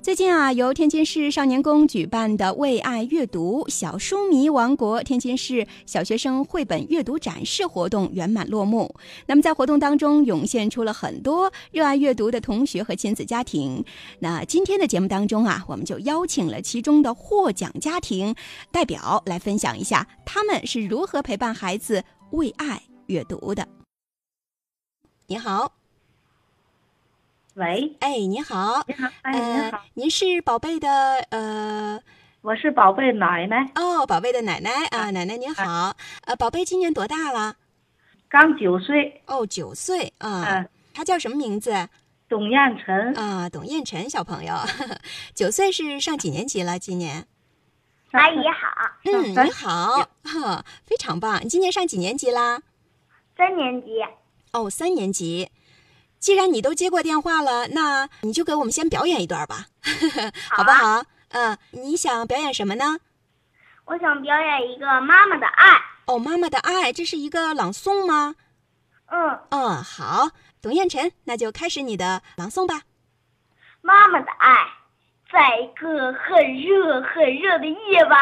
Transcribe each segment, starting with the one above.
最近啊，由天津市少年宫举办的“为爱阅读小书迷王国”天津市小学生绘本阅读展示活动圆满落幕。那么在活动当中，涌现出了很多热爱阅读的同学和亲子家庭。那今天的节目当中啊，我们就邀请了其中的获奖家庭代表来分享一下他们是如何陪伴孩子为爱阅读的。你好，喂，哎，你好，你好，哎，呃你好，，您是宝贝的呃我是宝贝奶奶，哦，宝贝的奶奶啊，奶奶您好，呃，宝贝今年多大了？刚九岁，哦，九岁啊嗯，。她叫什么名字董艳嗯晨啊？董燕晨小朋友， 九岁是上几年级了？今年？阿姨好，嗯，三你好， 哈，非常棒。你今年上几年级啦？三年级，哦，三年级。既然你都接过电话了，那你就给我们先表演一段吧，好不啊好？嗯，你想表演什么呢？我想表演一个妈妈的爱。哦，妈妈的爱，这是一个朗诵吗？嗯，嗯，好，董燕晨，那就开始你的朗诵吧。妈妈的爱，在一个很热很热的夜晚，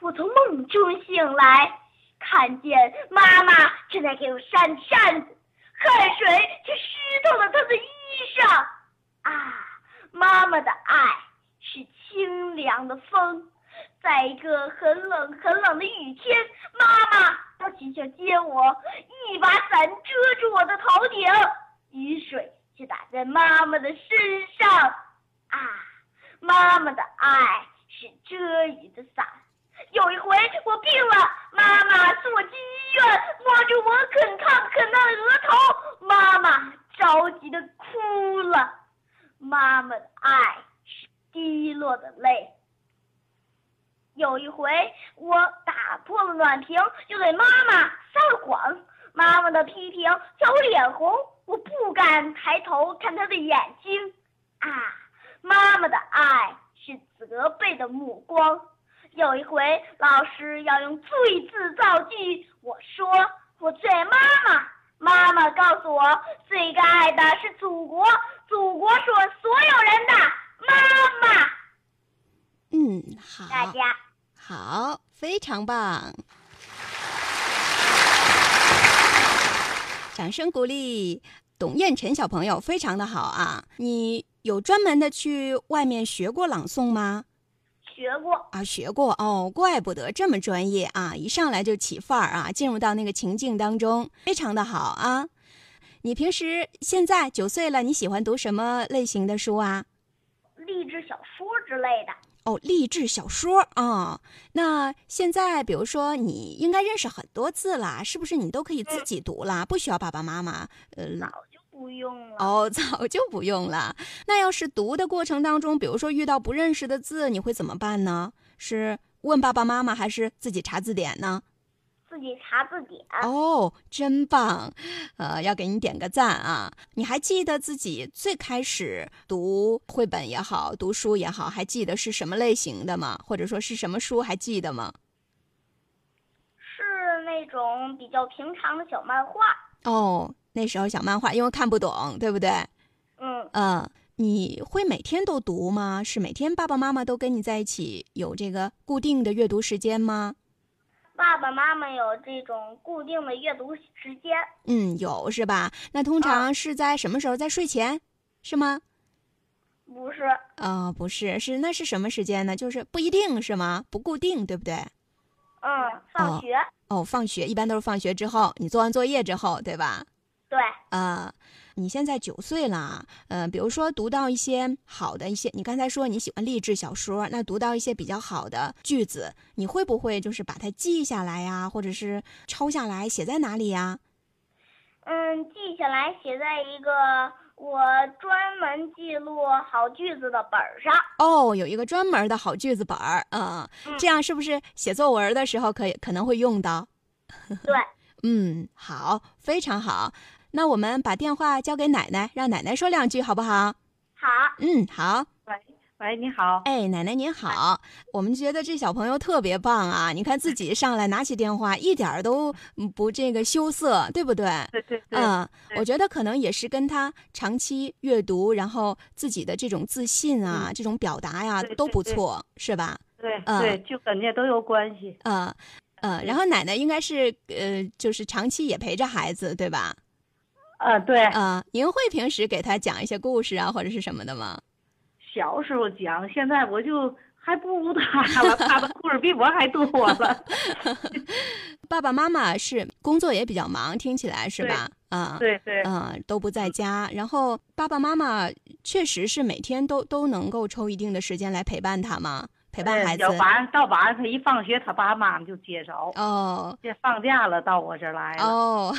我从梦中醒来，看见妈妈正在给我扇扇子，汗水却湿透了她的衣裳。啊，妈妈的爱是清凉的风，在一个很冷很冷的雨天，妈妈到学校接我，一把伞遮住我的头顶，雨水却打在妈妈的身上。啊，妈妈的爱是遮雨的伞。有一回我病了，妈妈送我去医院，摸着我啃烫啃烫的额头，妈妈着急的哭了。妈妈的爱是滴落的泪。有一回，我打破了暖瓶，就给妈妈撒了谎。妈妈的批评叫我脸红，我不敢抬头看她的眼睛。啊，妈妈的爱是责备的目光。有一回，老师要用最字造句，我说我最爱妈妈。妈妈告诉我，最爱的是祖国，祖国是我所有人的妈妈。嗯，大好，家。好，非常棒。掌声鼓励董燕晨小朋友，非常的好啊！你有专门的去外面学过朗诵吗？学过，啊，学过哦，怪不得这么专业啊！一上来就起范儿啊，进入到那个情境当中，非常的好啊！你平时现在九岁了，你喜欢读什么类型的书啊？励志小说之类的。哦，励志小说啊、那现在比如说你应该认识很多字啦，是不是你都可以自己读啦？不需要爸爸妈妈？呃，早就不用了。哦， 早就不用了。那要是读的过程当中，比如说遇到不认识的字，你会怎么办呢？是问爸爸妈妈，还是自己查字典呢？自己查字典。哦，真棒！呃，要给你点个赞啊！你还记得自己最开始读绘本也好，读书也好，还记得是什么类型的吗？或者说是什么书还记得吗？是那种比较平常的小漫画。哦，那时候小漫画，因为看不懂，对不对？嗯，嗯，你会每天都读吗？是每天爸爸妈妈都跟你在一起有这个固定的阅读时间吗？爸爸妈妈有这种固定的阅读时间，嗯，有是吧？那通常是在什么时候？在睡前，是吗？不是呃，不是，是那是什么时间呢？就是不一定是吗？不固定，对不对？嗯，放学，哦，放学一般都是放学之后，你做完作业之后，对吧？对，呃，你现在九岁了啊，呃，比如说读到一些好的一些，你刚才说你喜欢励志小说，那读到一些比较好的句子，你会不会就是把它记下来呀、或者是抄下来写在哪里呀、嗯，记下来写在一个我专门记录好句子的本儿上。哦，有一个专门的好句子本儿，嗯，这样是不是写作文的时候可以可能会用到？ 对，嗯，好，非常好。那我们把电话交给奶奶，让奶奶说两句好不好？好，嗯，好。喂，喂，你好。哎，奶奶您好，我们觉得这小朋友特别棒啊！你看自己上来拿起电话，一点儿都嗯不这个羞涩，对不对？对对对，嗯，对我觉得可能也是跟他长期阅读，然后自己的这种自信啊，这种表达呀嗯对都对不对错，是吧？对嗯对，就跟这都有关系。呃呃，对然后奶奶应该是呃，就是长期也陪着孩子，对吧？啊，对，呃，您会平时给他讲一些故事啊，或者是什么的吗？小时候讲，现在我就还不如他了，他的故事比我还多了。 爸爸妈妈是工作也比较忙，听起来是吧？啊，对对，嗯，都不在家。然后爸爸妈妈确实是每天都都能够抽一定的时间来陪伴他吗？陪伴孩子要晚上到晚上，他一放学，他爸妈就接着。哦这放假了，到我这儿来了。嗯哦，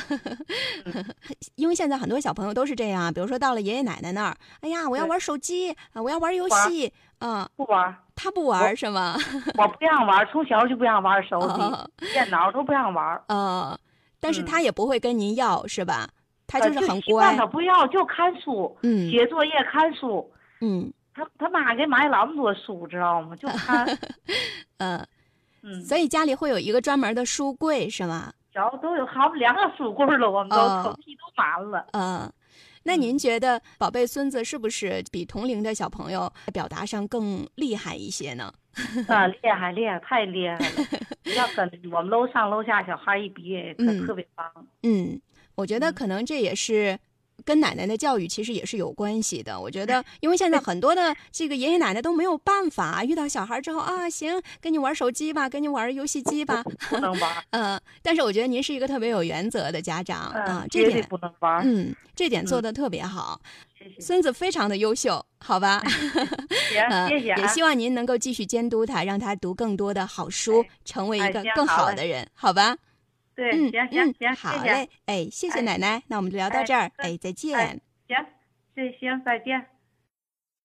因为现在很多小朋友都是这样，比如说到了爷爷奶奶那儿，哎呀，我要对玩手机啊，我要玩游玩儿戏啊，不玩儿，他不玩儿是吗？我不让玩儿，从小就不让玩儿手哦机、电脑，都不让玩儿。 呃，但是嗯呃他也不会跟您要是吧？他他就是很希望乖他，不要，就看书，嗯写作业看书。嗯他他妈给买老么多书，知道吗？就 看，呃，嗯，所以家里会有一个专门的书柜是吗？然后都有好两个书柜了，我们都哦抽屉都满了。呃，那嗯您觉得宝贝孙子是不是比同龄的小朋友表达上更厉害一些呢？啊，厉害厉害，太厉 害了！要跟我们楼上楼下小孩一比，可嗯特别棒。嗯，我觉得嗯可能这也是。跟奶奶的教育其实也是有关系的，我觉哎得，因为现在很多的这个爷爷奶奶都没有办法，遇到小孩之后啊，行，跟你玩手机吧，跟你玩游戏机吧，不能玩儿，呃，但是我觉得您是一个特别有原则的家长 啊、嗯，这绝对点，不能玩儿。嗯，这点做的特别好，谢谢，孙子非常的优秀，好吧？ 行，呃谢谢也啊，希望您能够继续监督他，让他读更多的好书，哎成为一哎个行更好好嘞的人，好吧？对，嗯行行嗯，行，好谢谢，嘞，哎，谢谢哎奶奶，那我们就聊到哎这儿，嗯哎，再见。哎行，这行，再见。